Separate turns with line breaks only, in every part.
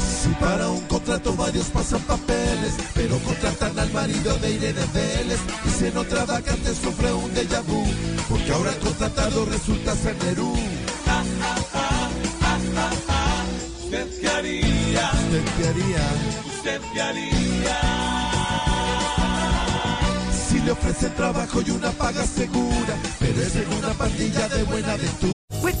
Si para un contrato varios pasan papeles, pero contratan al marido de Irene Vélez y si en otra vacante sufre un déjà vu, porque ahora el contratado resulta ser Nerú. Ja, ja, ja, ja, ja, ja. ¿Usted qué haría? ¿Usted qué haría? ¿Usted qué haría? Si le ofrece trabajo y una paga segura, pero es en una pandilla de buena aventura.
With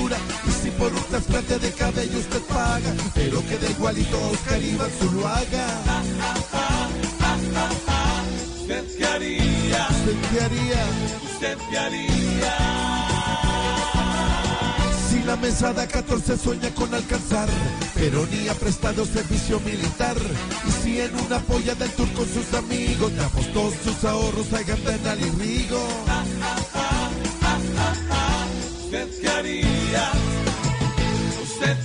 Y si por un trasplante de cabello usted paga, pero queda igualito a Oscar Iván Zuluaga. Ja, ja, ja, ja, ja, ja. ¿Usted qué haría? ¿Usted qué haría? ¿Usted qué haría? Si la mesada 14 sueña con alcanzar, pero ni ha prestado servicio militar. Y si en una polla del tour con sus amigos, le apostó sus ahorros a Gardenal y Rigo. Ja, ja, ja, ja, ja, ja. ¿Usted qué haría? ¿Usted